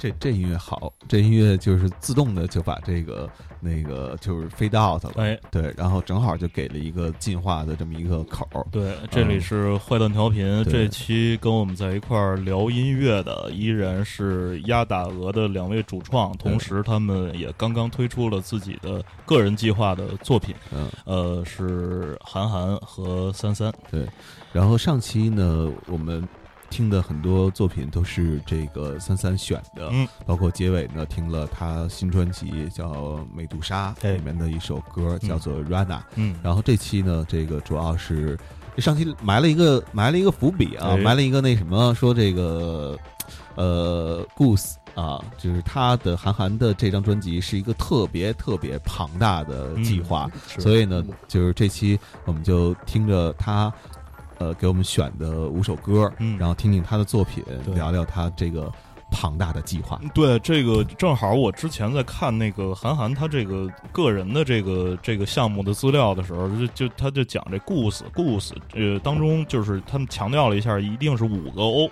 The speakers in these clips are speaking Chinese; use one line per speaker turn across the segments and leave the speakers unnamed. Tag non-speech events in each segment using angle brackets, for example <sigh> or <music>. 这这音乐好，这音乐就是自动的就把这个那个就是 fade out 了，
哎，
对，然后正好就给了一个进化的这么一个口儿，
对，这里是坏蛋调
嗯
频。
对
这期跟我们在一块儿聊音乐的，依然是鸭打鹅的两位主创，同时他们也刚刚推出了自己的个人计划的作品，
嗯，
呃，是韩寒和三三。
然后上期呢，我们听的很多作品都是这个三三选的，
嗯
包括结尾呢听了他新专辑叫《美杜莎》
哎
里面的一首歌叫做《Rana》，
嗯，
然后这期呢，这个主要是上期埋了一个埋了一个伏笔啊，
哎
埋了一个那什么，说这个呃，Goose 啊，就是他的韩寒的这张专辑是一个特别特别庞大的计划，
嗯
所以呢，就是这期我们就听着他。呃，给我们选的五首歌，
嗯
然后听听他的作品，
对
聊聊他这个庞大的计划。
对，这个正好，我之前在看那个韩寒他这个个人的这个这个项目的资料的时候，就就他就讲这故事故事，呃，当中就是他们强调了一下，一定是五个 O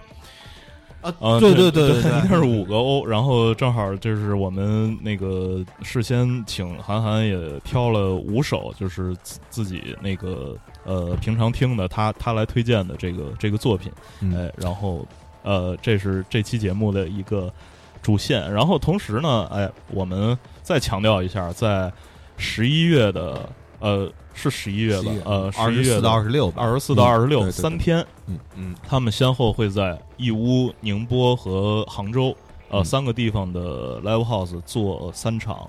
啊
呃
对对
对
对
<laughs>
对
一定是五个 O。然后正好就是我们那个事先请韩寒也挑了五首，就是自自己那个呃平常听的，他他来推荐的这个这个作品。
嗯
哎，然后呃，这是这期节目的一个主线。然后同时呢，哎，我们再强调一下，在十一月的呃是十一月吧，呃
二
十一
十
月
四到
的
二十六吧，
二十四到二十
嗯
六
对对对
三天，
嗯嗯
他们先后会在义乌、宁波和杭州呃、
嗯
三个地方的 live house 做呃三场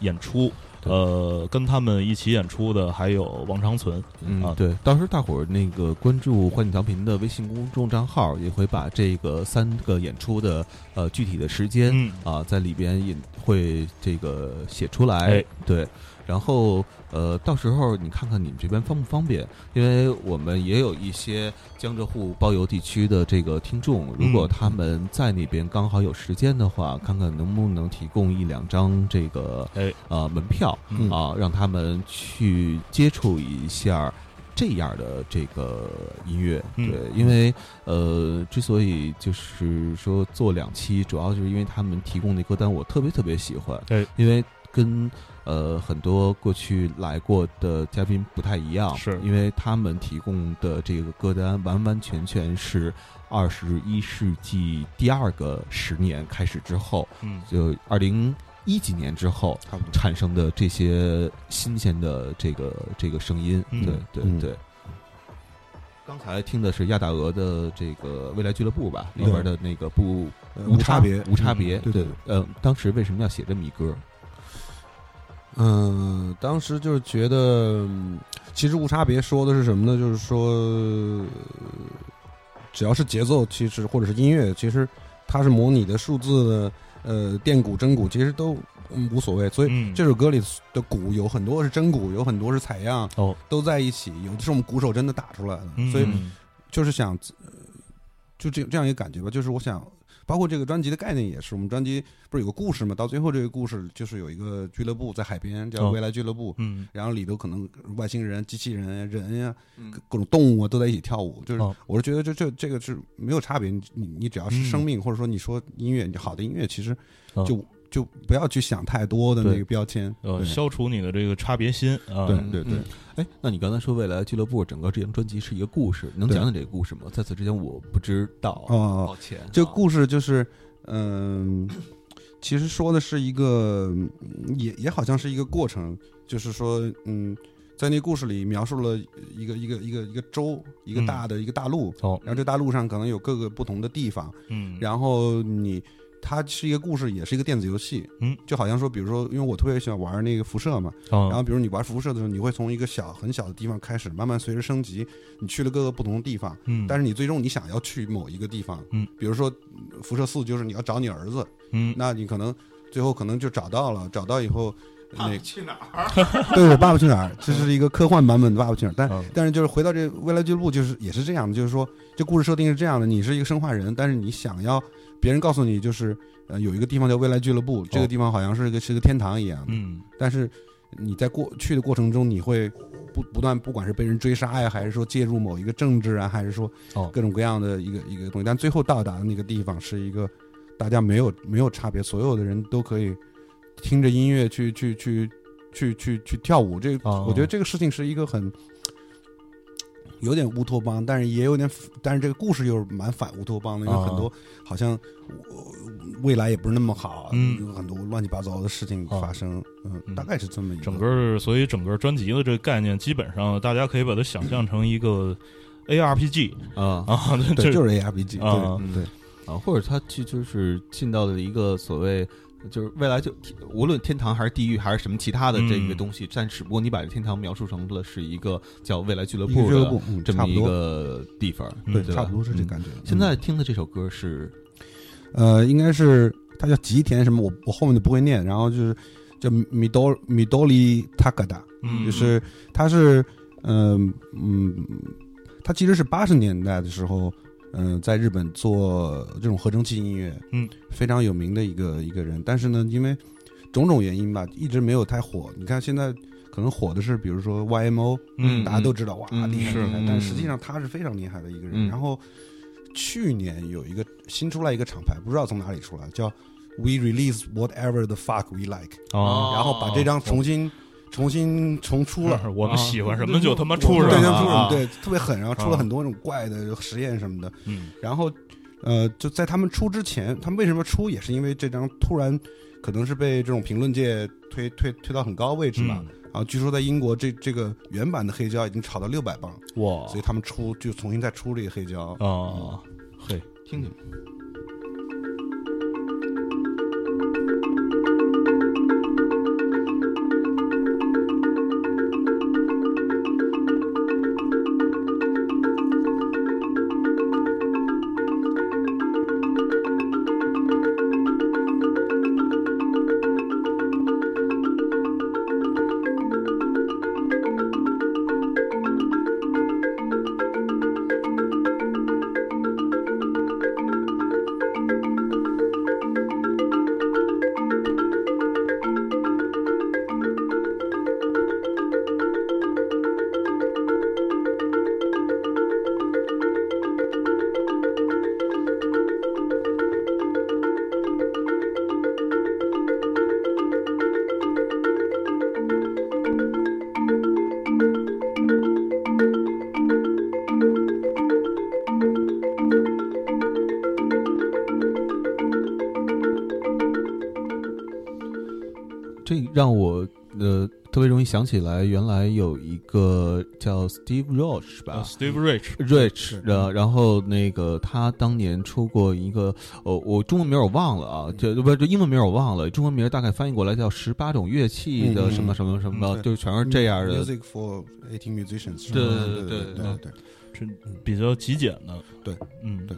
演出。
对
呃，跟他们一起演出的还有王长存，啊
嗯，对，到时候大伙儿那个关注幻境调频的微信公众账号，也会把这个三个演出的呃具体的时间
嗯
啊、在里边也会这个写出来。
哎
对，然后呃，到时候你看看你们这边方不方便，因为我们也有一些江浙沪包邮地区的这个听众，如果
嗯
他们在那边刚好有时间的话，看看能不能提供一两张这个
哎
呃门票。
嗯
啊，让他们去接触一下这样的这个音乐。
嗯
对，因为呃，之所以就是说做两期，主要就是因为他们提供的歌单我特别特别喜欢，
对，
因为跟。呃，很多过去来过的嘉宾不太一样，
是
因为他们提供的这个歌单完完全全是二十一世纪第二个十年开始之后，
嗯
就二零一几年之后
差不多
产生的这些新鲜的这个这个声音，
嗯
对对
嗯
对。刚才听的是亚大鹅的这个未来俱乐部吧，里
对
边的那个不
呃
无
无差别，
无差别，
嗯对对对
呃，当时为什么要写这么一歌？
嗯，当时就是觉得，嗯其实无差别说的是什么呢？就是说，呃只要是节奏，其实或者是音乐，其实它是模拟的数字的，呃，电鼓、真鼓，其实都、嗯无所谓。所以
嗯，
这首歌里的鼓有很多是真鼓，有很多是采样，
哦，
都在一起，有的是我们鼓手真的打出来的，所以
嗯
就是想，呃就这这样一个感觉吧。就是我想，包括这个专辑的概念也是，我们专辑不是有个故事嘛？到最后这个故事就是有一个俱乐部在海边
哦
叫未来俱乐部，
嗯
然后里头可能外星人、机器人呀、人呀、
嗯
各各种动物啊都在一起跳舞。就是
哦
我是觉得这这这个是没有差别，你你你只要是
嗯
生命，或者说你说音乐，你好的音乐其实
哦
就就不要去想太多的那
对哦
个标签。
呃，
对
消除你的这个差别心啊。
对对对
嗯哎，那你刚才说未来俱乐部整个这张专辑是一个故事，能
对
讲讲这个故事吗？在此之前我不知道，
哦
抱，歉啊。
这个故事就是，嗯、其实说的是一个，嗯也也好像是一个过程，就是说，嗯，在那故事里描述了一个一个一个一个州，一个
嗯
大的一个大陆，
哦，
然后这大陆上可能有各个不同的地方，
嗯，
然后你。它是一个故事，也是一个电子游戏，
嗯，
就好像说，比如说，因为我特别喜欢玩那个辐射嘛，
后
然后比如你玩辐射的时候，你会从一个小很小的地方开始，慢慢随着升级，你去了各个不同的地方，
嗯，
但
是
是你最终你想要去某一个地方，
嗯，
比如说嗯辐射四就是你要找你儿子，
嗯，
那你可能最后可能就找到了，找到以后，那
去哪儿？
<laughs> 对我爸爸去哪儿，这是一个科幻版本的爸爸去哪儿，但
嗯
但是就是回到这未来俱乐部，就是也是这样的，就是说这故事设定是这样的，你是一个生化人，但是你想要别人告诉你就是呃有一个地方叫未来俱乐部，这
哦
个地方好像是一个是个天堂一样的，
嗯
但是你在过去的过程中，你会不不断，不管是被人追杀呀，还是说介入某一个政治啊，还是说
哦
各种各样的一个、一个东西，但最后到达的那个地方是一个大家没有没有差别，所有的人都可以听着音乐去去去去去去跳舞。这个
哦
我觉得这个事情是一个很有点乌托邦，但是也有点，但是这个故事又是蛮反乌托邦的，因为
哦
很多好像呃未来也不是那么好，
嗯
有很多乱七八糟的事情发生。嗯，
嗯
大概是这么一个
整个，所以整个专辑的这个概念，基本上大家可以把它想象成一个 ARPG
哦
啊
啊， <laughs> 这
对，
这
就是 A R B G，
啊
对对。
啊，或者他去就是进到了一个所谓。就是未来就无论天堂还是地狱还是什么其他的这个
嗯
东西，但只不过你把这天堂描述成了是一个叫未来俱乐
一个
部
俱乐
的
部，嗯，
这
差
么
不
一
多，
个地方，对
对，
吧嗯
差不多是这感觉。嗯
现在听的这首歌是
呃，应该是它叫吉田什么，我我后面的不会念，然后就是叫米多米多里塔卡达，
嗯
就是它是嗯嗯，它其实是八十年代的时候，嗯、在日本做这种合成器音乐，
嗯，
非常有名的一个一个人，但是呢，因为种种原因吧，一直没有太火。你看现在可能火的是，比如说 YMO，
嗯
大家都知道哇，
嗯
厉害
是
厉害，
嗯
但实际上他是非常厉害的一个人。
嗯
然后去年有一个新出来一个厂牌，不知道从哪里出来，叫 We Release Whatever the Fuck We Like，、
哦
然后把这张重新、重新重出
<laughs>
了。
<laughs> 我们喜欢什么
啊
就他妈
我
出什
们对，
么
就
啊
出
啊嗯
了，对，特别狠，然后出了
啊
很多那种怪的实验什么的。
嗯
然后，呃，就在他们出之前，他们为什么出，也是因为这张突然可能是被这种评论界推推推到很高位置吧。
嗯
然后据说在英国这这个原版的黑胶已经炒到六百磅，
哦
哇
所以他们出就重新再出这个黑胶。
啊，嘿，
听听。这让我呃特别容易想起来，原来有一个叫 Steve Roach
啊
吧。
，Steve Rich，
Rich，呃，
嗯
然后那个他当年出过一个，哦，我中文名我忘了啊，
嗯
这不是这英文名我忘了，中文名大概翻译过来叫十八种乐器的
嗯
什么什么什么，
嗯
就是全是这样的。
music for eighteen musicians
对
嗯。
对
对
对
对对，
这比较极简的，
对，
嗯
对，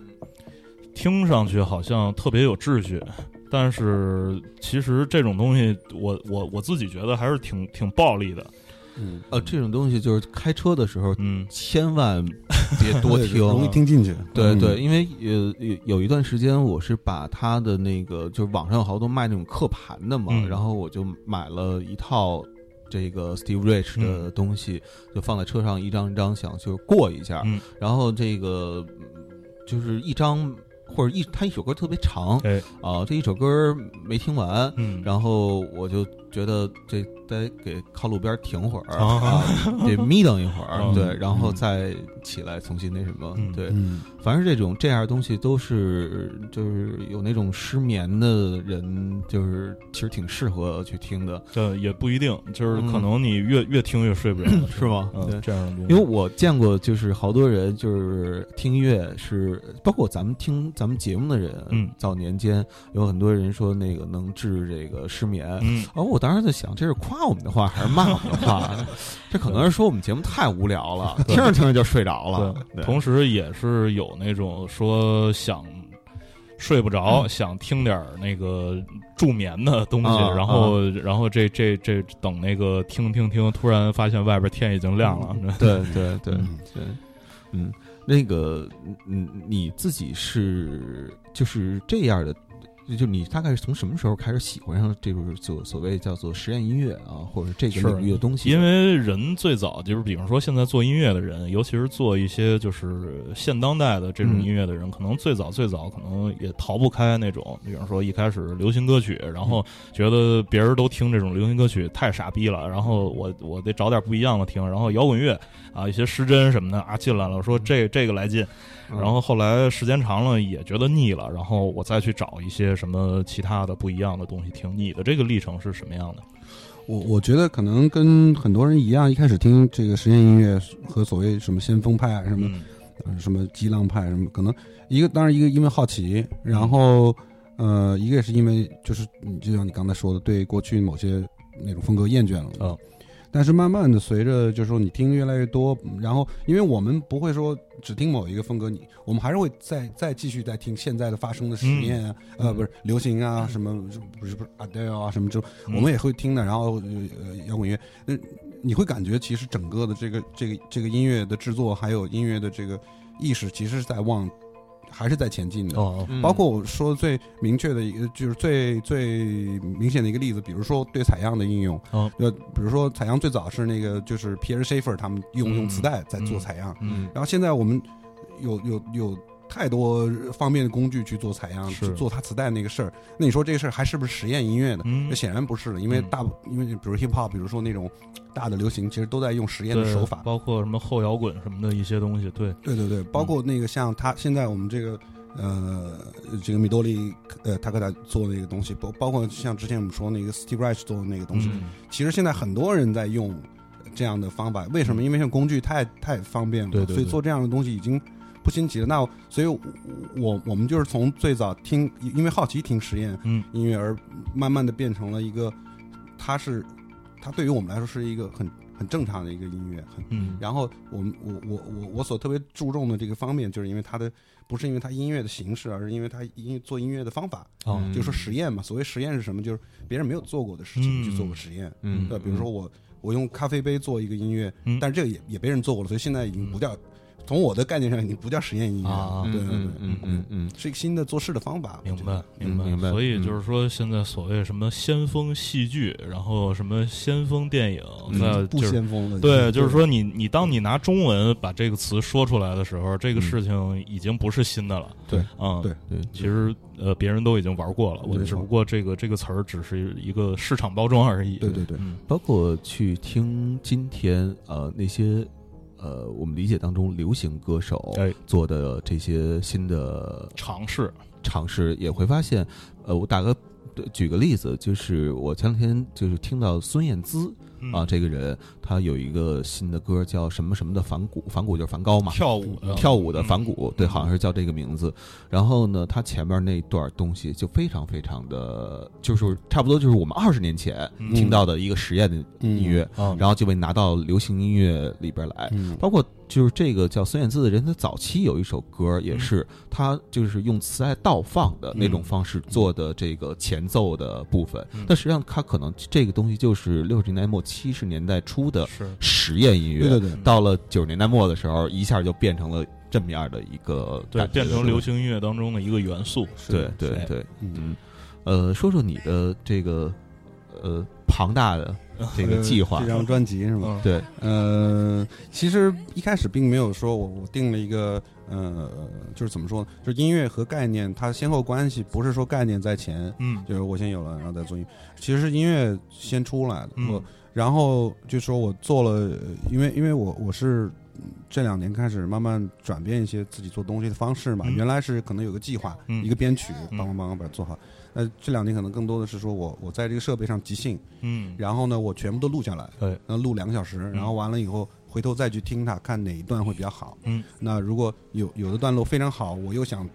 听上去好像特别有秩序。但是其实这种东西，我我我自己觉得还是挺挺暴力的，
嗯，
呃，这种东西就是开车的时候
嗯，
千万别
<laughs>
多听，啊
容易听进去。
对
嗯
对，，因为呃有有一段时间我是把他的那个，就是网上有好多卖那种刻盘的嘛，
嗯
然后我就买了一套这个 Steve Rich
嗯
的东西，就放在车上一张一张想就是过一下，
嗯
然后这个嗯就是一张或者一他一首歌特别长，
哎，
啊、这一首歌没听完，
嗯，
然后我就觉得这得给靠路边停会儿
啊
啊，得眯瞪一会儿，
嗯
对，然后
嗯
再起来重新那什么，
嗯
对。
嗯，
凡是这种这样的东西，都是就是有那种失眠的人，就是其实挺适合去听的，
这也不一定，就是可能你越越听越睡不着，
是吗？
嗯，
对，
这样的东西，
因为我见过就是好多人就是听音乐是，包括咱们听咱们节目的人，
嗯
早年间有很多人说那个能治这个失眠。
嗯，
而我当时在想，这是夸我们的话还是骂我们的
<laughs>
话？这可能是说我们节目太无聊了，听着听着就睡着了。
对，同时也是有那种说想睡不着，
嗯
想听点儿那个助眠的东西，
啊
然后、然后这这这等那个听听听，突然发现外边天已经亮了， <laughs>
对对对
嗯
对，嗯，那个，嗯，你自己是就是这样的就你大概是从什么时候开始喜欢上这种所所谓叫做实验音乐啊，或者这个领域的东西？
因为人最早就是，比方说现在做音乐的人，尤其是做一些就是现当代的这种音乐的人，可能最早最早可能也逃不开那种，比方说一开始流行歌曲，然后觉得别人都听这种流行歌曲太傻逼了，然后我我得找点不一样的听，然后摇滚乐啊，一些失真什么的啊进来了，我说这这个来劲，然后后来时间长了也觉得腻了，然后我再去找一些什么其他的不一样的东西听。你的这个历程是什么样的？
我我觉得可能跟很多人一样，一开始听这个实验音乐和所谓什么先锋派啊什么、
嗯
呃什么激浪派什么，可能一个当然一个因为好奇，然后呃一个也是因为就是你就像你刚才说的，对过去某些那种风格厌倦了
啊
但是慢慢的，随着就是说你听越来越多，嗯然后因为我们不会说只听某一个风格，你我们还是会再再继续再听现在的发生的实验啊，呃，不是流行啊，什么不是不是 Adele 啊什么这种，
嗯
我们也会听的。然后呃摇滚乐，那你会感觉其实整个的这个这个这个音乐的制作，还有音乐的这个意识，其实是在往还是在前进的。
哦
嗯
包括我说最明确的一个，就是最最明显的一个例子，比如说对采样的应用，
哦
呃，比如说采样最早是那个就是 Pierre Schaeffer 他们用
嗯
用磁带在做采样，
嗯
然后现在我们有有有太多方面的工具去做采样，
是
去做他磁带那个事儿，那你说这个事儿还是不是实验音乐呢？
嗯
那，显然不是了，因为
嗯
大部因为比如 hip hop，比如说那种大的流行，其实都在用实验的
对
手法，
包嗯括什么后摇滚什么的一些东西，对，
对对对，包括那个像他现在我们这个呃这个米多利呃他克他做的那个东西，包包括像之前我们说那个 Steve Reich 做的那个东西，
嗯
其实现在很多人在用这样的方法，为什么？因为现在工具太太方便了，
嗯对对对
所以做这样的东西已经不新奇了。那所以我，我我们就是从最早听，因为好奇听实验
嗯
音乐，而慢慢的变成了一个，它是它对于我们来说是一个很很正常的一个音乐，很
嗯
然后我们我我我我所特别注重的这个方面，就是因为它的不是因为它音乐的形式，而是因为它音做音乐的方法，
哦
就是说实验嘛。所谓实验是什么？就是别人没有做过的事情
嗯
去做过实验，
嗯，
对吧，比如说我我用咖啡杯做一个音乐
嗯，
但是这个也也被人做过了，所以现在已经不叫，从我的概念上已经不叫实验音乐了，
啊
嗯，
对对
嗯
对，
嗯嗯嗯
是一个新的做事的方法。
明
我觉
白
得，
明白，
嗯明白
所以
嗯
就是说，现在所谓什么先锋戏剧，然后什么先锋电影，
嗯
那
嗯不
就是
先锋了，
对，就是说你你当你拿中文把这个词说出来的时候，这个
嗯
事情已经不是新的了。
对，
嗯，
对
对
其实呃，别人都已经玩过了，我
没错
只不过这个这个词儿只是一个市场包装而已。
对对对，
嗯，
包括去听今天呃那些呃我们理解当中流行歌手
哎，
做的这些新的
尝试，
尝试，也会发现，呃，我打个举个例子，就是我前两天就是听到孙燕姿
嗯
啊、这个人，她有一个新的歌叫什么什么的反骨，反骨就是梵高嘛，
跳舞的
跳舞的
嗯
反骨，对，好像是叫这个名字。然后呢，他前面那段东西就非常非常的，就是差不多就是我们二十年前
嗯
听到的一个实验的音乐，
啊，
然后就被拿到流行音乐里边来。
嗯，
包括就是这个叫孙燕姿的人，他早期有一首歌
嗯
也是他就是用磁带倒放的那种方式做的这个前奏的部分
嗯，
但实际上他可能这个东西就是六十年代末七十年代初的
是
实验音乐，
对对对，
到了九十年代末的时候，一下就变成了这么样的一个
对，
感觉
变成流。行音乐当中的一个元素。
对对
是
对，
嗯
嗯，呃，说说你的这个呃庞大的
呃
这个计划
这，张专辑是
嗯，
吗？
对，
呃，其实一开始并没有说我我定了一个呃，就是怎么说呢，就是音乐和概念它先后关系，不是说概念在前，
嗯
就是我先有了，然后再做音乐，其实是音乐先出来的。
嗯
我然后就说我做了，呃因为因为我我是嗯这两年开始慢慢转变一些自己做东西的方式嘛，
嗯
原来是可能有个计划，
嗯
一个编曲，
嗯
帮帮帮帮把它做好。那这两年可能更多的是说我我在这个设备上即兴，
嗯，
然后呢，我全部都录下来，
对，嗯
然后录两个小时，然后完了以后回头再去听它，看哪一段会比较好。
嗯，
那如果有有的段落非常好，我又想，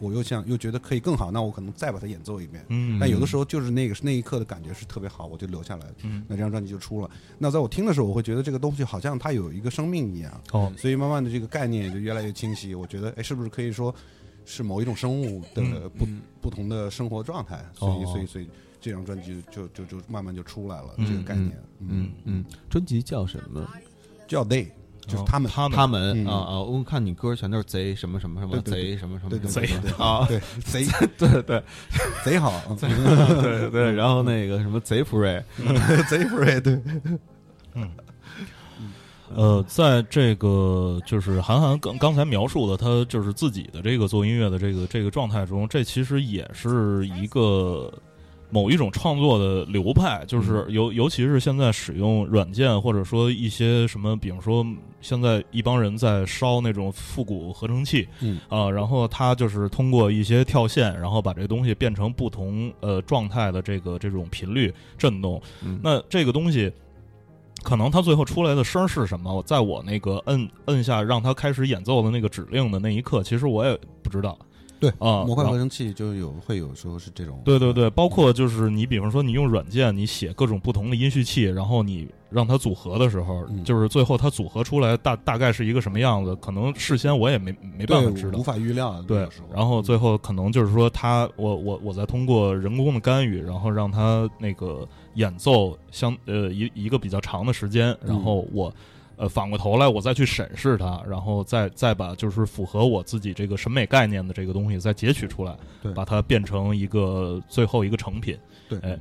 我又想又觉得可以更好，那我可能再把它演奏一遍。
嗯，
但有的时候就是那个那一刻的感觉是特别好，我就留下来了。
嗯，
那这张专辑就出了。那在我听的时候，我会觉得这个东西好像它有一个生命一样，
哦，
所以慢慢的这个概念也就越来越清晰。我觉得，哎，是不是可以说是某一种生物的
嗯
不、不同的生活状态？所以，
哦
所以，所以这张专辑就就就就慢慢就出来了、
嗯
这个概念。嗯，
嗯嗯，专辑叫什么？
叫 Day，就是他们，
哦他们
他们
嗯
啊啊，我看你歌全都是贼什么什么什么
对对对
贼什么
嗯
什么
对对
什么
对对 <laughs>
啊，
<laughs>
对贼
对对
贼好，
对对，然后那个什么贼普瑞，
嗯 <laughs> 贼 free 对，
呃，在这个就是韩寒刚刚才描述的他就是自己的这个做音乐的这个这个状态中，这其实也是一个某一种创作的流派，就是尤尤其是现在使用软件或者说一些什么，比如说现在一帮人在烧那种复古合成器，
嗯
啊、然后他就是通过一些跳线，然后把这东西变成不同呃状态的这个这种频率震动，
嗯
那这个东西，可能它最后出来的声儿是什么，在我那个摁摁下让它开始演奏的那个指令的那一刻，其实我也不知道。
对
啊，
模块
然
合
后
成器就有会有时候是这种，
对对对，包括就是你，比方说你用软件，你写各种不同的音序器，然后你让它组合的时候，
嗯
就是最后它组合出来大大概是一个什么样子，可能事先我也没没办法知
对
道
无。法预料的
对
有时候，
然后最后可能就是说他，我我我再通过人工的干预，然后让他那个演奏相呃一一个比较长的时间，然后我。呃，反过头来，我再去审视它，然后再再把就是符合我自己这个审美概念的这个东西再截取出来
对，
把它变成一个最后一个成品。
对
哎，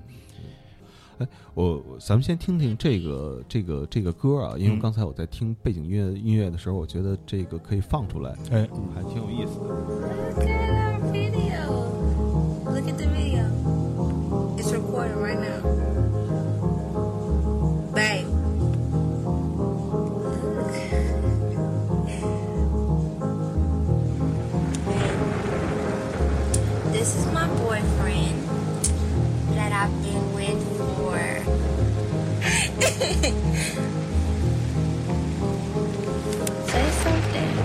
我我咱们先听听这个这个这个歌啊，因为
嗯
刚才我在听背景音乐音乐的时候，我觉得这个可以放出来，
哎，
还挺有意思的。
Look at our video. Look at the video. It's recording right now. Babe. Look. This is my boyfriend that I've been with for. <laughs> Say something.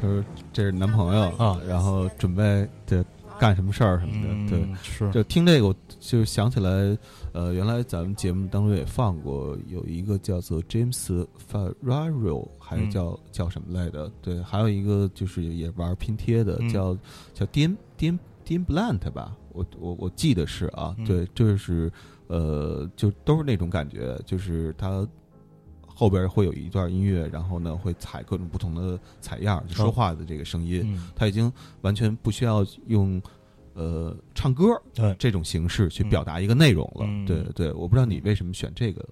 他说这是男朋友
啊
然后准备这干什么事儿什么的，
嗯，
对。
是，
就听这个，我就想起来，呃，原来咱们节目当中也放过有一个叫做 James Ferraro，还是
嗯
叫、叫什么来着？对，还有一个就是也玩拼贴的，
嗯
叫叫 Dan Dan Dan Blunt 吧，我我我记得是啊，
嗯
对，就是呃，就都是那种感觉，就是他。后边会有一段音乐，然后呢会采各种不同的采样，就说
哦
话的这个声音，
嗯，
他已经完全不需要用呃唱歌
对
这种形式去表达一个内容了。
嗯
对对，我不知道你为什么选这个，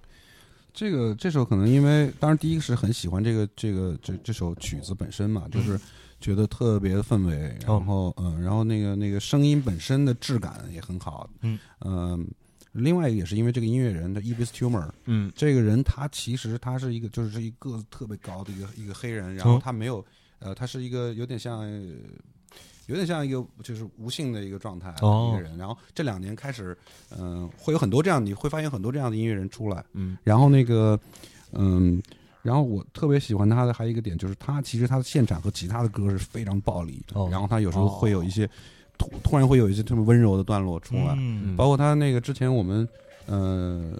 这个这首可能因为，当然第一个是很喜欢这个这个这这首曲子本身嘛，就是觉得特别的氛围，
哦
然后嗯、然后那个那个声音本身的质感也很好，
嗯
嗯另外一个也是因为这个音乐人的 Evis Tumor，
嗯
这个人他其实他是一个就是一个个子特别高的一个一个黑人，然后
哦
他没有呃，他是一个有点像。呃有点像一个就是无性的一个状态，
哦
一个人。然后这两年开始，嗯、会有很多这样，你会发现很多这样的音乐人出来，
嗯
然后那个，嗯，然后我特别喜欢他的还有一个点就是他其实他的现场和其他的歌是非常暴力的，
哦
然后他有时候会有一些、突突然会有一些特别温柔的段落出来，
嗯，
包括他那个之前我们呃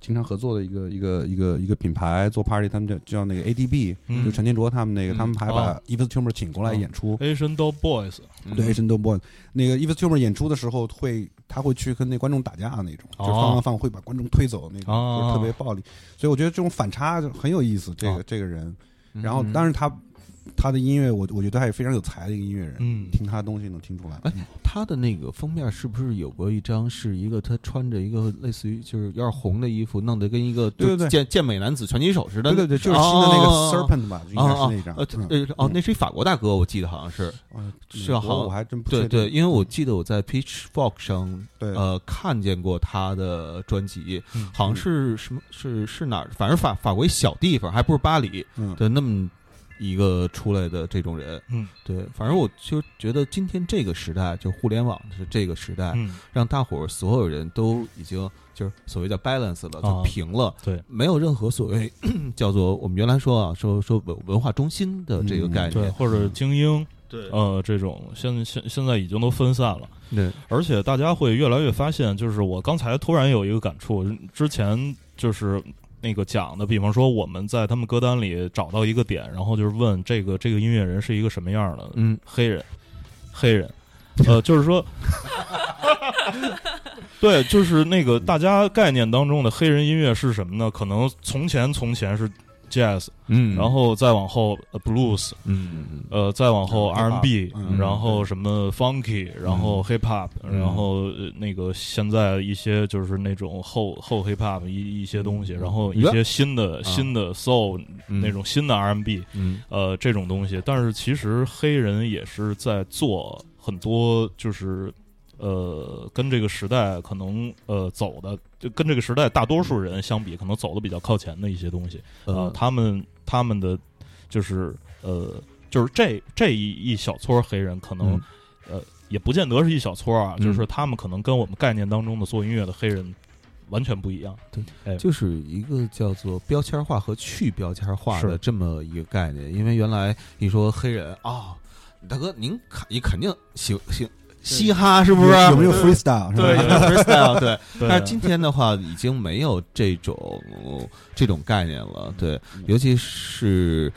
经常合作的一个一个一个一个品牌做 party，他们叫叫那个 ADB，、
嗯
就陈建卓他们那个，
嗯
他们还把
哦
Evil Tumor 请过来演出。
Asian Doll Boys，
对 Asian Doll Boy，那个 Evil Tumor 演出的时候会，他会去跟那观众打架啊那种，就是放
哦
放放会把观众推走
嗯
那种，
哦
就是特别暴力。所以我觉得这种反差就很有意思，这个、
哦
这个人。然后，当
然
然他他的音乐，我我觉得他也非常有才的一个音乐人，
嗯
听他的东西能听出来。嗯
哎他的那个封面是不是有过一张是一个他穿着一个类似于就是有点红的衣服，弄得跟一个
对对
就
对
健健美男子拳击手似的，
对对对，就是新的那个
哦哦哦
Serpent 吧，就应该是那张。
哦哦哦
嗯
呃哦，那是一法国大哥，我记得好像是，
嗯
是啊
美国
好
我还真不
对
确定
对，因为我记得我在 Pitchfork 上
对
呃看见过他的专辑
嗯，
好像是什么是是哪儿，反正法法国一小地方，还不是巴黎
嗯
的那么一个出来的这种人。
嗯
对，反正我就觉得今天这个时代，就互联网的这个时代，
嗯，
让大伙儿所有人都已经就是所谓叫 balance 了，就
啊
平了，
对，
没有任何所谓 <clears throat> 叫做我们原来说啊，说说文文化中心的这个
嗯
概
对，
念。
或者精英，
对
呃，这种现现现在已经都分散了。
对，
而且大家会越来越发现，就是我刚才突然有一个感触，之前就是那个讲的，比方说我们在他们歌单里找到一个点，然后就是问这个这个音乐人是一个什么样的，
嗯，
黑人，黑人，呃，就是说， <laughs> 对，就是那个大家概念当中的黑人音乐是什么呢？可能从前从前是 jazz，
嗯
然后再往后呃 blues，
嗯
呃，再往后 R&B，
嗯
然后什么 funky，然后 hip hop，
嗯
然后呃那个现在一些就是那种后后 hip hop 一一些东西，然后一些新的新的 soul
啊嗯
那种新的 R&B，
嗯
呃，这种东西。但是其实黑人也是在做很多，就是呃，跟这个时代可能呃走的，就跟这个时代大多数人相比，可能走的比较靠前的一些东西。呃，
呃
他们他们的就是呃，就是这这一一小撮黑人可能、
嗯
呃，也不见得是一小撮啊，
嗯
就是他们可能跟我们概念当中的做音乐的黑人完全不一样。
就是一个叫做标签化和去标签化的
是
这么一个概念。因为原来一说黑人啊、大哥您肯你肯定喜喜嘻哈是不是？
有没有 freestyle？是吧
对，有没
<laughs>
有 freestyle？对，
对
但是今天的话，已经没有这种这种概念了。对，
嗯
尤其是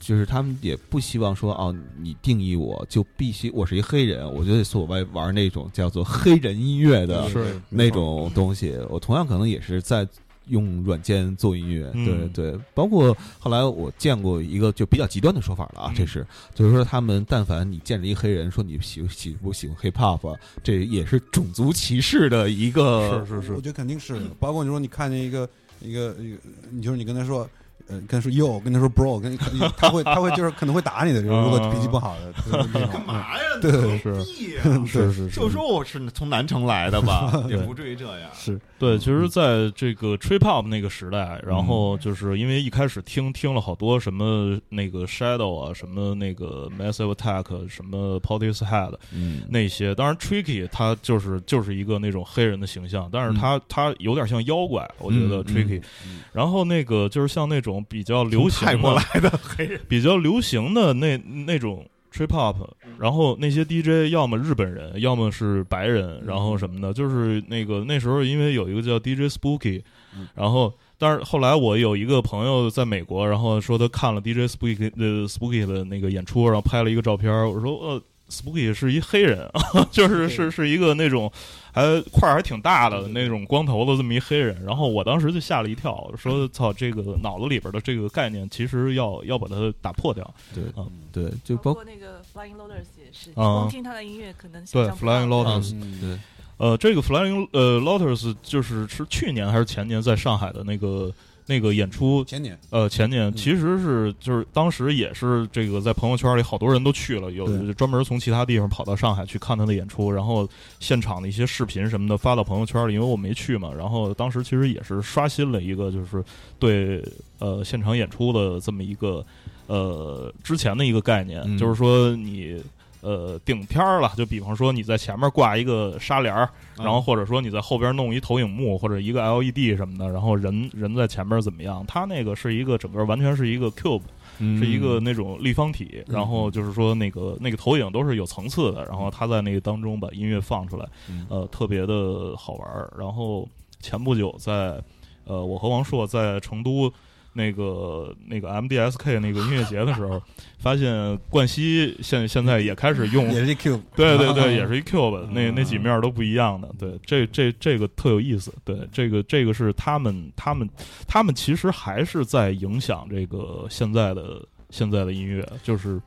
就是他们也不希望说哦，你定义我就必须我是一黑人，我就得所谓玩那种叫做黑人音乐的
是
那种东西。我同样可能也是在。用软件做音乐，
嗯
对对，包括后来我见过一个就比较极端的说法了啊，
嗯
这是就是说他们但凡你见着一黑人说你喜喜不喜欢 hip hop，啊这也是种族歧视的一个
是是是
我，觉得肯定是的，包括你说你看见一个一个一个，你就是你跟他说。呃，跟他说 yo，跟他说 bro，跟他会他会就是可能会打你的，就是如果脾气不好的，就是那
<laughs>
种
干嘛哎呀？
对
你
是
何必呀？
是是
就说我是从南城来的 <laughs> 吧，也不至于这样。
是
嗯
对，其实在这个 trip hop 那个时代，然后就是因为一开始听听了好多什么那个 Shadow 啊，什么那个 Massive Attack，什么 Portishead
嗯
那些，当然 Tricky 他就是就是一个那种黑人的形象，但是他、他有点像妖怪，我觉得
嗯
Tricky、
嗯
然后那个就是像那种比较流行
泰国
的、
来的黑人，
比较流行的那那种 trip hop，然后那些 DJ 要么日本人，要么是白人，然后什么的，就是那个那时候因为有一个叫 DJ Spooky，
嗯
然后但是后来我有一个朋友在美国，然后说他看了 DJ Spooky 的 Spooky 的那个演出，然后拍了一个照片，我说呃。Spooky 是一黑人， <laughs> 就是是是一个那种还块儿还挺大的那种光头的这么一黑人，然后我当时就吓了一跳，我
<laughs>
说操，这个脑子里边的这个概念其实要要把它打破掉。
对
啊
对，就
包
包括
括那个 Flying Lotus 也是，
啊
光听他的音乐可能
对
想象不到
，Flying Lotus
嗯
对
呃，这个 Flying 呃 Lotus 就是是去年还是前年在上海的那个那个演出，
前年
呃，前年其实是就是当时也是这个在朋友圈里好多人都去了，有
对
专门从其他地方跑到上海去看他的演出，然后现场的一些视频什么的发到朋友圈里，因为我没去嘛，然后当时其实也是刷新了一个就是对呃现场演出的这么一个呃之前的一个概念，
嗯
就是说你。呃，顶片儿了，就比方说你在前面挂一个纱帘儿，然后或者说你在后边弄一投影幕或者一个 LED 什么的，然后人人在前面怎么样？它那个是一个整个完全是一个 cube，、是一
嗯
个那种立方体，
嗯
然后就是说那个那个投影都是有层次的，然后它在那个当中把音乐放出来，
嗯
呃，特别的好玩儿。然后前不久在呃，我和王硕在成都。那个那个 MDSK 那个音乐节的时候，发现冠希现现在也开始用
也是这 Q，
对对
<laughs>
对，也是一 cube，那
嗯
那几面儿都不一样的。对，这这这个特有意思。对，这个这个是他们他们他们其实还是在影响这个现在的现在的音乐，就是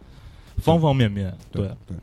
方方面面。对，
对，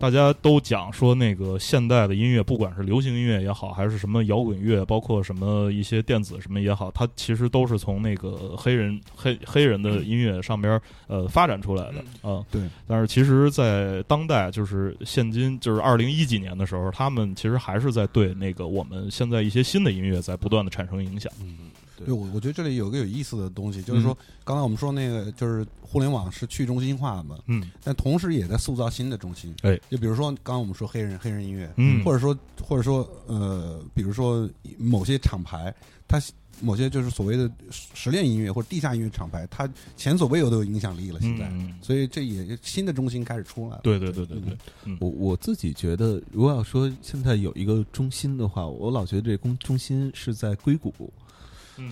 大家都讲说那个现代的音乐，不管是流行音乐也好，还是什么摇滚乐，包括什么一些电子什么也好，它其实都是从那个黑人黑黑人的音乐上边儿呃发展出来的啊、
对，
但是其实，在当代就是现今就是二零一几年的时候，他们其实还是在对那个我们现在一些新的音乐在不断的产生影响。
嗯对我我觉得这里有个有意思的东西，就是说刚才我们说那个就是互联网是去中心化嘛，
嗯
但同时也在塑造新的中心。
哎，
就比如说刚刚我们说黑人黑人音乐，
嗯
或者说或者说呃，比如说某些厂牌，它某些就是所谓的实验音乐或者地下音乐厂牌，它前所未有的有影响力了。现在，
嗯，
所以这也新的中心开始出来了。
对对对对对，嗯
我我自己觉得，如果要说现在有一个中心的话，我老觉得这中中心是在硅谷，
嗯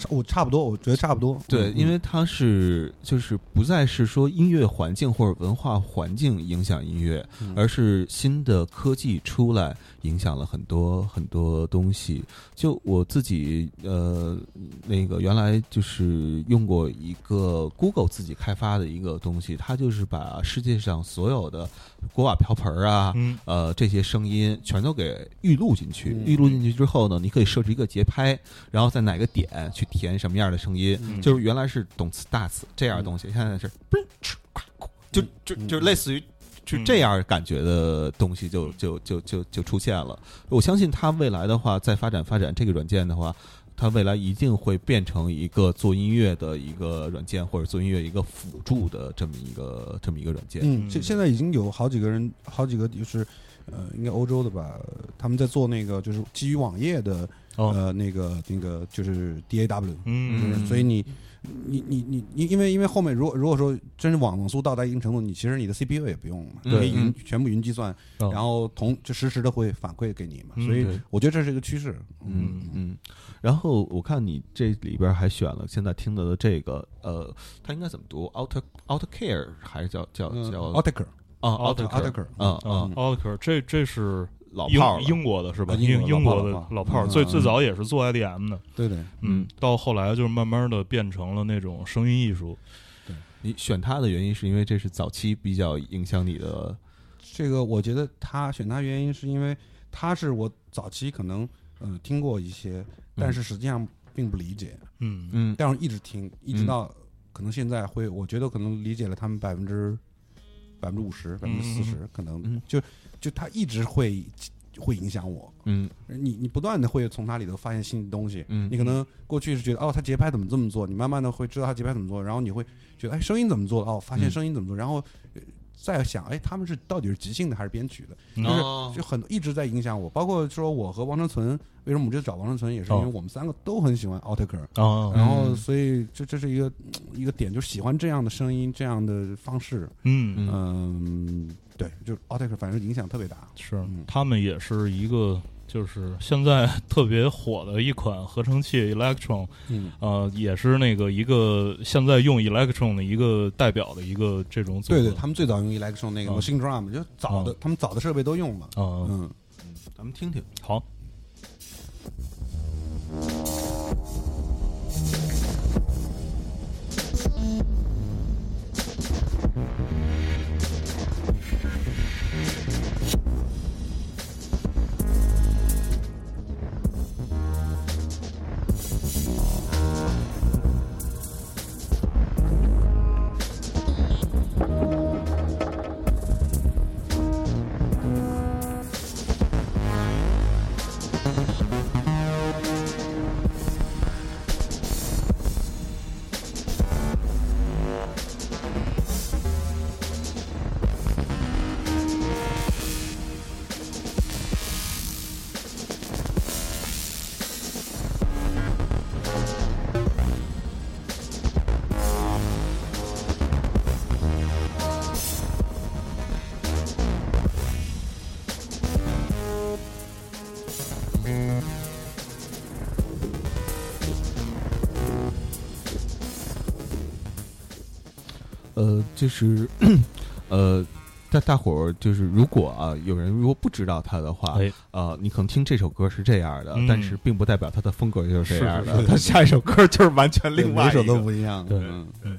差我差不多，我觉得差不多。
对，
嗯
因为它是就是不再是说音乐环境或者文化环境影响音乐，
嗯
而是新的科技出来影响了很多很多东西。就我自己呃，那个原来就是用过一个 Google 自己开发的一个东西，它就是把世界上所有的锅碗瓢盆儿啊，
嗯
呃这些声音全都给预录进去
嗯。
预录进去之后呢，你可以设置一个节拍，然后在哪个点去填什么样的声音。
嗯
就是原来是懂词大词这样的东西，现在是嘣哧呱呱就就
嗯
就类似于。就这样感觉的东西就就就就就出现了。我相信它未来的话，再发展发展这个软件的话，它未来一定会变成一个做音乐的一个软件，或者做音乐一个辅助的这么一个这么一个软件。
嗯，
嗯
现现在已经有好几个人，好几个就是呃，应该欧洲的吧，他们在做那个就是基于网页的
哦
呃那个那个就是 DAW，就
嗯
是
嗯，
所以你。你你你你，因为因为后面如果如果说真是网网速到达一定程度，你其实你的 CPU 也不用了嘛，
嗯
可以
对
云
嗯
全部云计算，
哦
然后同就实时的会反馈给你嘛，
嗯
所以
对
我觉得这是一个趋势。
嗯嗯，然后我看你这里边还选了现在听到的这个，呃，它应该怎么读？Out Out Care 还是叫叫
嗯
叫
a u t a k e r
啊
a u
Out
t a k e
Care
r
啊啊
嗯
奥克尔这这是
老
英
炮儿了
英国的是吧？
啊英
英英
国老炮儿
国
老炮
的
儿
老炮儿，
嗯
最
嗯
最早也是做 IDM 的，
对对，
嗯
嗯，
到后来就是慢慢的变成了那种声音艺术，
你选它的原因是因为这是早期比较影响你的，
这个我觉得他选他原因是因为他是我早期可能呃听过一些，但是实际上并不理解，
嗯
嗯
但是一直听，一直到可能现在会，我觉得可能理解了他们百分之百分之五十、百分之四十，可能
嗯
就就他一直会会影响我。
嗯
你你不断的会从它里头发现新的东西，
嗯
你可能过去是觉得哦，它节拍怎么这么做，你慢慢的会知道它节拍怎么做，然后你会觉得哎，声音怎么做的哦，发现
嗯
声音怎么做，然后呃再想哎，他们是到底是即兴的还是编曲的，嗯就是
哦
就很一直在影响我，包括说我和王成存，为什么我们这次找王成存也是因
哦
为我们三个都很喜欢奥特克，
啊，
然后
嗯
所以这这是一个一个点，就喜欢这样的声音这样的方式，
嗯
嗯
嗯，对，就是奥特克反正影响特别大，
是
嗯
他们也是一个。就是现在特别火的一款合成器 Electron，
嗯
呃，也是那个一个现在用 Electron 的一个代表的一个这种组合。
对对，他们最早用 Electron 那个
嗯
Machine Drum，就早的
嗯，
他们早的设备都用了。
啊、
嗯，
咱们听听，
好，
呃，就是 <coughs> 呃，大大伙儿就是如果啊有人如果不知道它的
啊
话
哎，
呃，你可能听这首歌是这样的
嗯，
但是并不代表它的风格就是这样
是是
的，
是
它下一首歌就是完全另外
每
一个
首都不一样。
对
嗯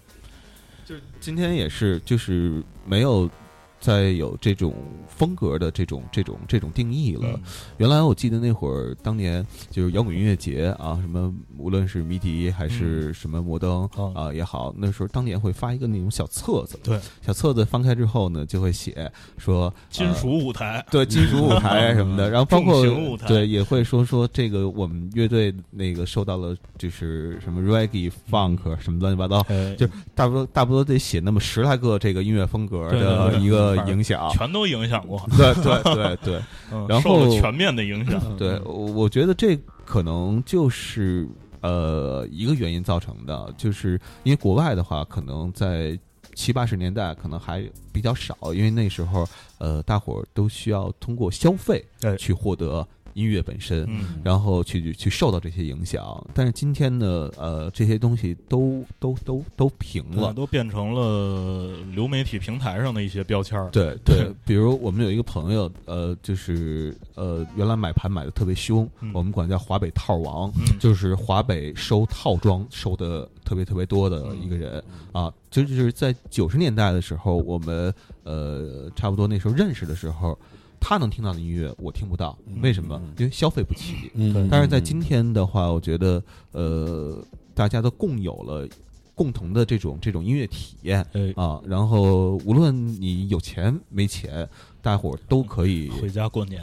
就是今天也是，就是没有再有这种风格的这种这种这种定义了。
嗯
原来我记得那会儿，当年就是摇滚音乐节啊，什么无论是迷笛还
嗯
是什么摩登、
哦
啊也好，那时候当年会发一个那种小册子，
对，
小册子翻开之后呢，就会写说
金。
呃
属舞台，
对金属舞台什么的，然后包括
重型舞台
对也会说说这个我们乐队那个受到了就是什么 reggae、funk 什么乱七八糟
嗯
哎
就大不多大不多得写那么十来个这个音乐风格
对对
的
对
一个影响。
全嗯都影响过，
对对对
<laughs>
对
嗯、
然
受了
后
全面的影响。
对，我我觉得这可能就是呃一个原因造成的，就是因为国外的话，可能在七八十年代可能还比较少，因为那时候呃大伙儿都需要通过消费
哎
去获得。音乐本身，
<laughs>
嗯
然后去去受到这些影响。但是今天呢，呃，这些东西都都都都平
嗯
对
了。
都变成了流媒体平台上的一些标签儿。
对对，比如我们有一个朋友，呃，就是呃，原来买盘买的特别凶，
嗯
我们管叫华北套王，
嗯
就是华北收套装收的特别特别多的
嗯
一个人、啊。就就是在九十年代的时候，我们呃差不多那时候认识的时候，他能听到的音乐我听不到，
嗯
为什么
嗯？
因为消费不起。
嗯，
但是在今天的话，我觉得呃大家都共有了共同的这种这种音乐体验。
哎，
啊，然后无论你有钱没钱，大伙儿都可以。
回家过年。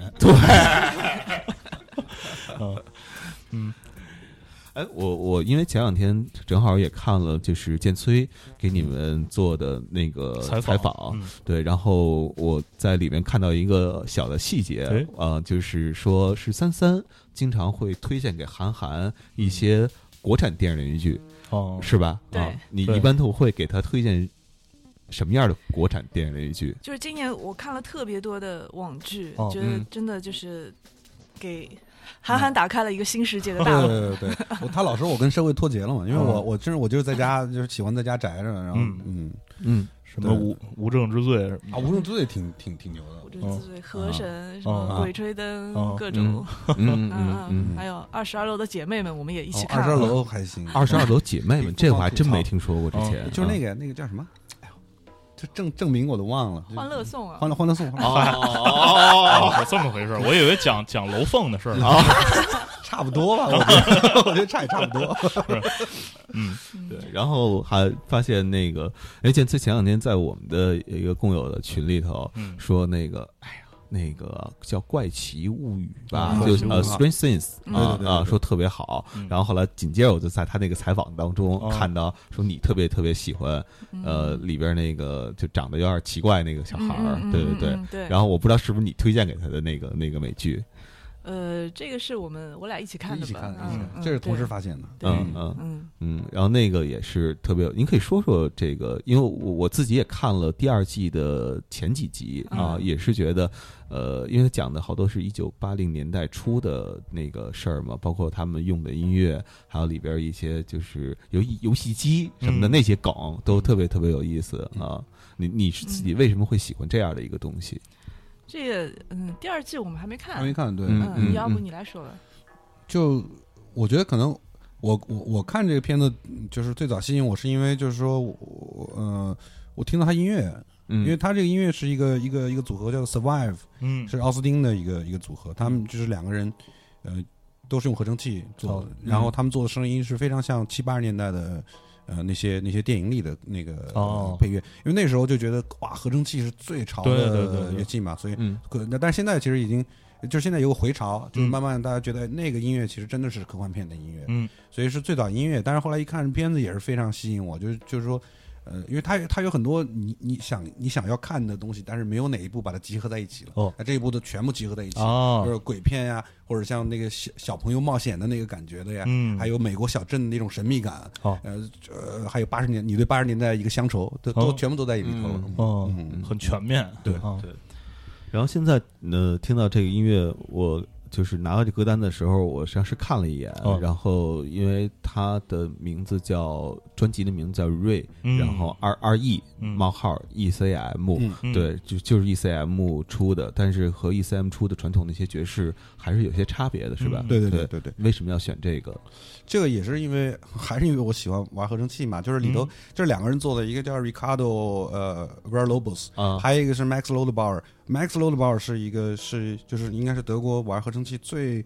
对，嗯
哎，我我因为前两天正好也看了，就是建崔给你们做的那个
采
访，
啊
访，嗯
对，然后我在里面看到一个小的细节
哎，
啊，就是说是三三经常会推荐给韩寒一些国产电视连续剧，
哦，
是吧？啊
对，
你
对
一般都会给他推荐什么样的国产电视连续剧？
就是今年我看了特别多的网剧，
哦
觉得
嗯
真的就是给韩寒打开了一个新世界的
<laughs>
大
对
门。
<laughs> 对对，对我他老说我跟社会脱节了嘛，因为我
嗯
我真是我就是在家就是喜欢在家宅着，然后
嗯
嗯
嗯，
什么无无证之罪什
啊，
么的
无证之罪挺挺挺牛
我
的，
这自己河神、什
哦
么
啊
鬼吹灯、
哦
各种，
嗯嗯
<laughs> 嗯
嗯嗯
还有二十二楼的姐妹们，我们也一起
哦二
看
十二
了。
楼还行，
二十二楼姐
<laughs>
妹们，这我还真没听说过。之前
嗯
嗯
就是那
个
个那个叫什么，哎呦，就证证明我都忘了，就是
欢乐颂啊，
欢乐欢乐颂，欢乐颂
哦，
哦，是这么回事儿。我以为讲讲楼凤的事
<laughs>
儿呢。
<laughs> 啊差不多 <laughs> 吧，我觉得我觉得差也差不多，
嗯，
对，然后还发现那个，哎，建崔前两天在我们的一个共有的群里头
嗯
说那个，哎呀。那个叫《怪奇物语》吧，
嗯
就
怪奇
是
物语
呃《
啊
Strange Things
嗯》
啊
对对对对
啊，
对
说特别好
嗯。
然后后来紧接着我就在他那个采访当中
哦
看到，说你特别特别喜欢，呃，
嗯
里边那个就长得有点奇怪那个小
嗯
孩儿
嗯，嗯
对对
嗯
对
嗯。对。
然后我不知道是不是你推荐给他的那个那个美剧，
呃，这个是我们我俩一起看
一
的
起
吧？
看的，一起
嗯
看
嗯
这是同时
对
发现的，
对
嗯嗯。
嗯，
嗯，然后那个也是特别有，您可以说说这个，因为我我自己也看了第二季的前几集啊，
嗯
也是觉得，呃，因为讲的好多是一九八零年代初的那个事儿嘛，包括他们用的音乐，还有里边一些就是游戏游戏机什么的、
嗯
那些梗，都特别特别有意思啊。你你是自己为什么会喜欢这样的一个东西？
这个嗯，第二季我们还没看
还，没看对，
嗯
嗯，要不你来说吧。
就我觉得可能我我我看这个片子嗯就是最早吸引我是因为就是说我我呃我听到他音乐，
嗯，
因为他这个音乐是一个一个一个组合叫做 Survive，
嗯，
是奥斯汀的一个一个组合，他们就是两个人，呃，都是用合成器做的
哦，
然后他们做的声音是非常像七八十年代的。呃，那些那些电影里的那个、
哦
配乐，因为那时候就觉得哇，合成器是最潮
对对对
的
对
乐器嘛，所以
嗯
可，那但是现在其实已经，就是现在有个回潮，就是
嗯
慢慢大家觉得那个音乐其实真的是科幻片的音乐，
嗯，
所以是最早音乐。但是后来一看片子也是非常吸引我，就是就是说，呃，因为它它有很多你你想你想要看的东西，但是没有哪一部把它集合在一起了，
哦，
那这一部都全部集合在一起，
啊
就，是鬼片呀，或者像那个小小朋友冒险的那个感觉的呀，
嗯，
还有美国小镇的那种神秘感，
哦
呃呃，还有八十年你对八十年代一个乡愁，都
哦
都全部都在里头了，
哦，
嗯
很全面，
对
啊
然后现在呃，听到这个音乐，我就是拿到这歌单的时候，我实际上是看了一眼，
哦
然后因为它的名字叫专辑的名字叫 Re，、
嗯
然后 R R E
嗯
冒号 E C M，、
嗯
嗯
对，就就是 E C M 出的，但是和 E C M 出的传统那些爵士还是有些差别的，是吧？
嗯
对对
对
对对对。
为什么要选这个？
这个也是因为还是因为我喜欢玩合成器嘛，就是里头、
嗯
这两个人做的，一个叫 Ricardo 呃 v e r l o b o s
啊
还有一个是 Max Lodebauer。Max Lodebauer 是一个是就是应该是德国玩合成器最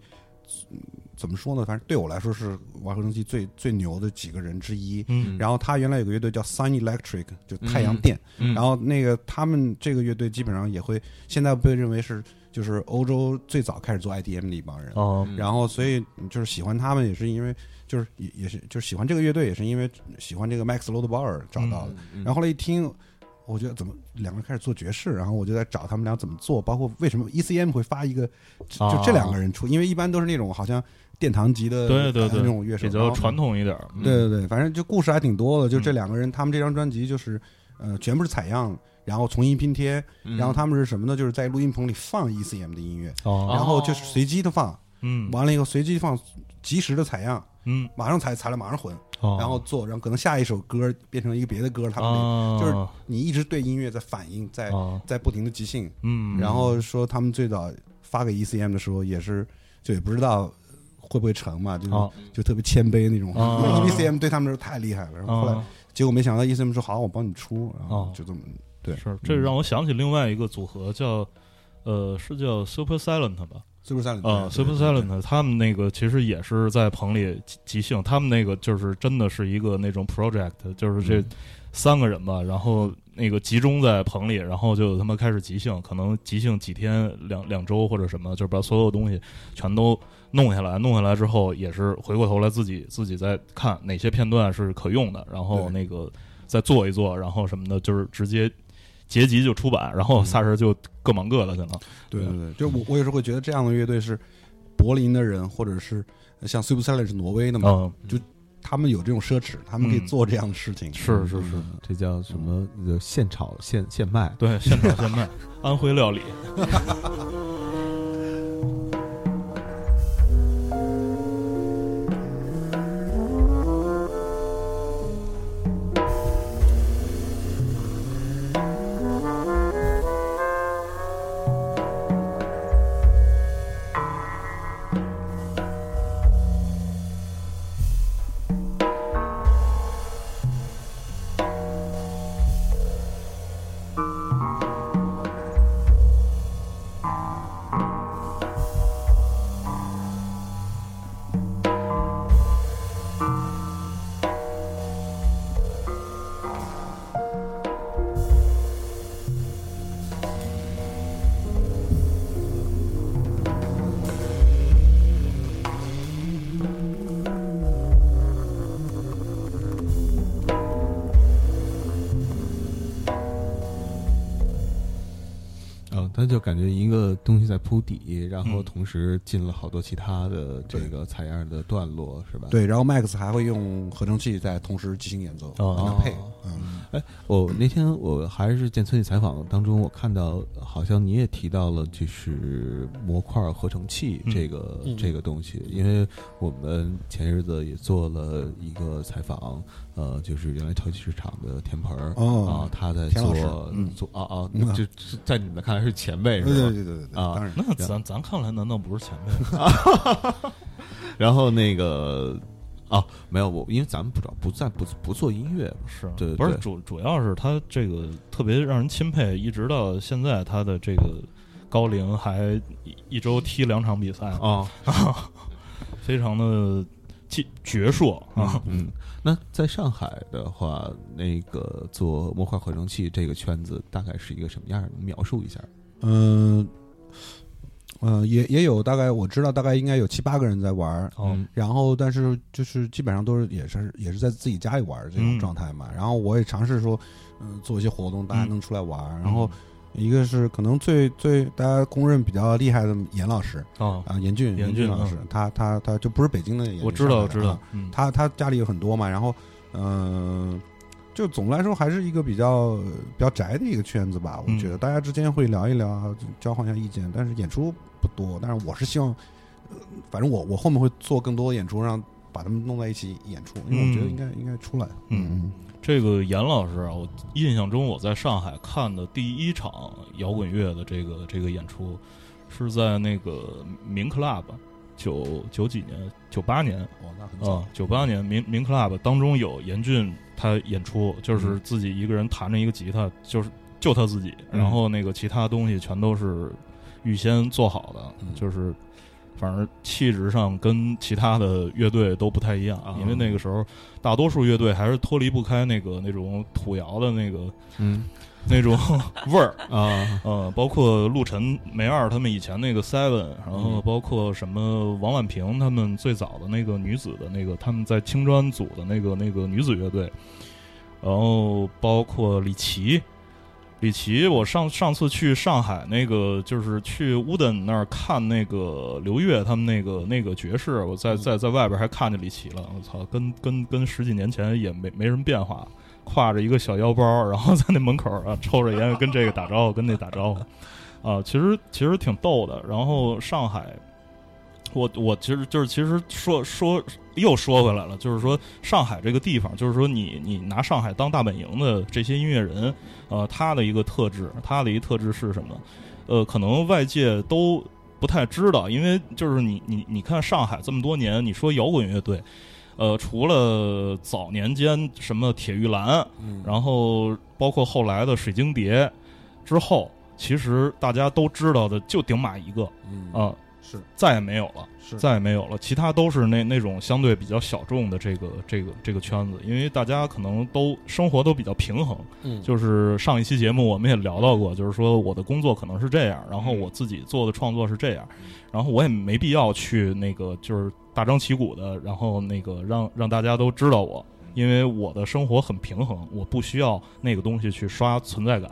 嗯怎么说呢？反正对我来说是玩合成器最最牛的几个人之一。
嗯
然后他原来有个乐队叫 Sun Electric，就太阳电。
嗯
然后那个他们这个乐队基本上也会现在被认为是就是欧洲最早开始做 IDM 的一帮人。
哦
嗯
然后所以就是喜欢他们也是因为就是也也是就是喜欢这个乐队也是因为喜欢这个 Max Lodebauer 找到的，
嗯
然后后来一听。我觉得怎么两个人开始做爵士，然后我就在找他们俩怎么做，包括为什么 ECM 会发一个就
啊
就这两个人出，因为一般都是那种好像殿堂级的
对对
呃
对
那种乐手，
比
然
较
后嗯
传统一点儿，
对对对，反正就故事还挺多的。就这
嗯
两个人，他们这张专辑就是呃，全部是采样，然后重新拼贴。
嗯
然后他们是什么呢？就是在录音棚里放 ECM 的音乐，
哦
然后就是随机的放，
啊嗯
完了以后随机放，及时的采样，
嗯，
马上采采了马上混，
哦
然后做，然后可能下一首歌变成一个别的歌，他们得
啊
就是你一直对音乐在反应，在
啊
在不停的即兴。
嗯，
然后说他们最早发给 ECM 的时候，也是就也不知道会不会成嘛，就是、
啊
就特别谦卑那种。
啊
因为 ECM 对他们来说太厉害了，然后后来、
啊
结果没想到 ECM 说好，我帮你出，然后
哦
就这么、对
是这让我想起另外一个组合叫。呃，是叫 Super Silent 吧？
Super Silent
啊
嗯对
，Super
对对
Silent，他们那个其实也是在棚里即即兴，他们那个就是真的是一个那种 project，就是
嗯
这三个人吧，然后那个集中在棚里，然后就他妈开始即兴，可能即兴几天、两两周或者什么，就是把所有东西全都弄下来。弄下来之后，也是回过头来自己自己再看哪些片段是可用的，然后
对
那个再做一做，然后什么的，就是直接结集就出版，然后仨人就各忙各的去了。
对对对，就我我有时候会觉得这样的乐队是柏林的人，或者是呃像 Super Silent 是挪威的嘛，
嗯，
他们有这种奢侈，他们可以
嗯
做这样的事情。
是是是，
嗯这叫什么？呃现炒现现卖。
对，现炒现卖，
<laughs>
安徽料理。
啊，他就感觉一个东西在铺底，然后
嗯
同时进了好多其他的这个采样的段落，是吧？。
对，然后 Max 还会用合成器在同时即兴演奏，
哦
帮他配。嗯，
我那天我还是见村里采访当中，我看到好像你也提到了，就是模块合成器
嗯
这个、
嗯
这个东西，因为我们前日子也做了一个采访，呃，就是原来超级市场的田盆儿。啊
哦，，
他在
田老
做
师嗯
做啊啊
嗯，
就就在你们看来是前辈
对
是
对
吧？
对对对对，
啊
当然。
那咱咱看来，难道不是前辈？啊
然后那个哦，没有我，因为咱们不找不在不不做音乐，
是，
对
不是
对
主主要是他这个特别让人钦佩，一直到现在他的这个高龄还一一周踢两场比赛，
哦，
非常的技矍铄啊。
嗯，那在上海的话，那个做模块合成器这个圈子大概是一个什么样儿？能描述一下？
嗯，呃，也也有大概我知道大概应该有七八个人在玩儿，
哦，
然后但是就是基本上都是也是也是在自己家里玩儿这种
嗯
状态嘛。然后我也尝试说，嗯、做一些活动，大家能出来玩儿。
嗯
然后一个是可能最最大家公认比较厉害的严老师
哦，
啊，严俊
严
俊
俊
老师，他他他就不是北京的严俊，
我知道，
上海
我
的
知
啊
道，嗯，
他他家里有很多嘛，然后嗯、呃就总的来说还是一个比较比较宅的一个圈子吧。我
嗯
觉得大家之间会聊一聊啊，就交换一下意见，但是演出不多。但是我是希望，呃反正我我后面会做更多的演出，让把他们弄在一起演出，因为我觉得
嗯
应该、应该出来。
嗯这个严老师啊，我印象中我在上海看的第一场摇滚乐的这个这个演出，是在那个民 club，九九几年，九八年，
嗯，哦，那很早。
啊，九八年民民 club 当中有严俊他演出，就是
嗯
自己一个人弹着一个吉他，就是就他自己，
嗯
然后那个其他东西全都是预先做好的，
嗯
就是反正气质上跟其他的乐队都不太一样，
啊
因为那个时候大多数乐队还是脱离不开那个那种土窑的那个
嗯
那种味儿， <laughs>
啊，
呃，包括陆晨、梅二他们以前那个 Seven，然后包括什么王婉平他们最早的那个女子的那个，他们在青砖组的那个那个女子乐队，然后包括李琦，李琦，我上上次去上海那个就是去乌登那儿看那个刘越他们那个那个爵士，我在在在外边还看见李琦了，我操，跟跟跟十几年前也没没什么变化，挎着一个小腰包， <laughs> 然后在那门口啊抽着烟，跟这个打招呼，跟那打招呼，啊，其实其实挺逗的。然后上海，我我其实就是其实说说又说回来了，就是说上海这个地方，就是说你你拿上海当大本营的这些音乐人，呃，他的一个特质，他的一个特质是什么？呃，可能外界都不太知道，因为就是你你你看上海这么多年，你说摇滚乐队，呃，除了早年间什么铁玉兰，
嗯
然后包括后来的水晶蝶之后，其实大家都知道的就顶马一个
嗯
啊、
是
再也没有了。
是
再也没有了。其他都是那那种相对比较小众的这个这个这个圈子，因为大家可能都生活都比较平衡。
嗯
就是上一期节目我们也聊到过，就是说我的工作可能是这样，然
嗯
后我自己做的创作是这样，然后我也没必要去那个就是大张旗鼓的，然后那个让让大家都知道我，
嗯
因为我的生活很平衡，我不需要那个东西去刷存在感。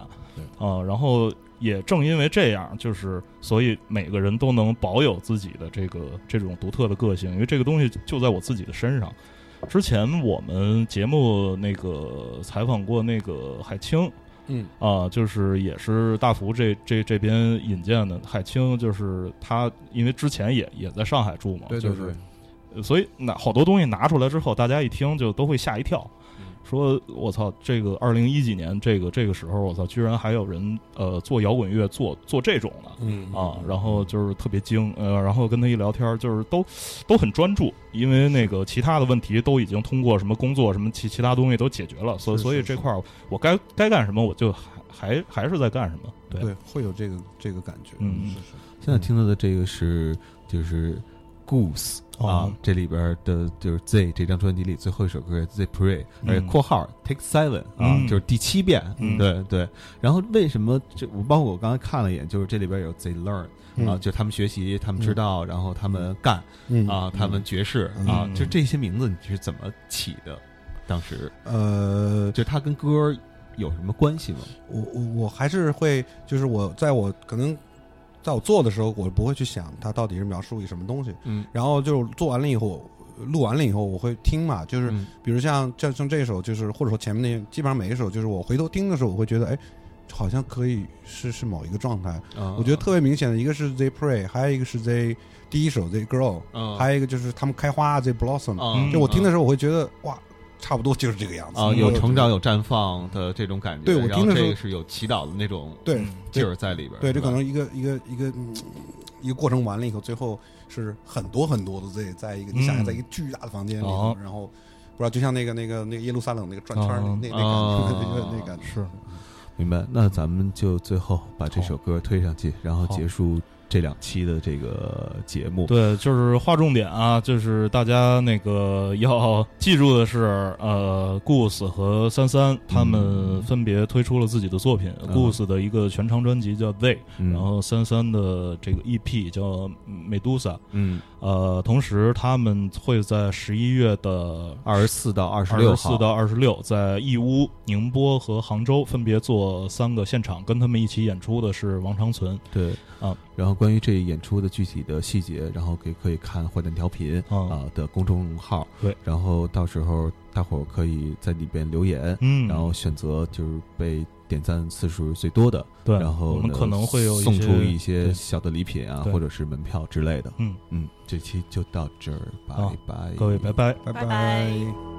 啊、然后也正因为这样，就是所以每个人都能保有自己的这个这种独特的个性，因为这个东西就在我自己的身上。之前我们节目那个采访过那个海清
嗯
啊、就是也是大福这 <laughs> 这这边引荐的。海清就是他，因为之前也也在上海住嘛，
对
哦就
对
是
对，
所以拿好多东西拿出来之后，大家一听就都会吓一跳，
嗯
说我操，这个二零一几年这个这个时候，我操，居然还有人呃做摇滚乐做做这种的。
嗯
啊，然后就是特别精，呃，然后跟他一聊天儿，就是都都很专注，因为那个其他的问题都已经通过什么工作什么其其他东西都解决了，所以
是
所以
是
这
是
块儿我该该干什么我就还还还是在干什么，对，
对，会有这个这个感觉，
嗯
是是
现在听到的这个是就是 Goose 啊
哦，
这里边的就是 Z 这张专辑里最后一首歌 Z Pray，
嗯
而且括号 Take Seven 啊
嗯，
就是第七遍，
嗯
对对。然后为什么这我包括我刚才看了一眼，就是这里边有 They Learn 啊，
嗯
就是他们学习，他们知道，然后他们干
嗯
啊，他们爵士
嗯
啊
嗯，
就这些名字你是怎么起的？当时
呃，
就是它跟歌有什么关系吗？
我我我还是会，就是我在我可能在我做的时候，我不会去想它到底是描述一什么东西。
嗯，
然后就是做完了以后，录完了以后，我会听嘛，就是
嗯
比如像像像这首，就是或者说前面那基本上每一首，就是我回头听的时候，我会觉得哎，好像可以是是呃某一个状态。
啊
我觉得特别明显的一个是 They Pray，还有一个是 They 第一首 They Grow，、
啊
呃还有一个就是他们开花 They Blossom、
啊
嗯
就我听的
啊
时候，我会觉得哇，差不多就是这个样子
啊，
嗯
有
我
成长有绽放的这种感觉。
对我
然后
听的时
这
候
个是有祈祷的那种
对
嗯
对
劲儿在里边儿。
对，这
是吧
可能一个一个一个、嗯、一个过程完了以后，最后是很多很多的在在一个、你想想，
嗯
在一个巨大的房间里头，
哦
然后不知道就像那个那个那个耶路撒冷那个转圈儿、
哦
那那
哦
那感觉、 <laughs> 那个那个感觉
是
明白。那咱们就最后把这首歌推上去，然后结束这两期的这个节目。
对，就是划重点啊，就是大家那个 <laughs> 要记住的是，呃，Goose 和三三他们分别推出了自己的作品、
嗯
g o o s e 的一个全长专辑叫 They，、
嗯
然后三三的这个 EP 叫 Medusa，
嗯，
呃，同时他们会在十一月的
二十四到二十
二
六
十
号
四到二十六，在义乌、宁波和杭州分别做三个现场，跟他们一起演出的是王长存。
对
啊。
然后关于这演出的具体的细节，然后可以可以看坏蛋调频
啊
啊的公众号。
对，
然后到时候大伙儿可以在里边留言，
嗯，
然后选择就是被点赞次数最多的。
对，
然后
我们
呢
可能会有
送出一
些
些
对
小的礼品啊，
对
或者是门票之类的。
嗯
嗯，这期就到这儿，拜
好
拜，
各位拜。拜。
拜
拜拜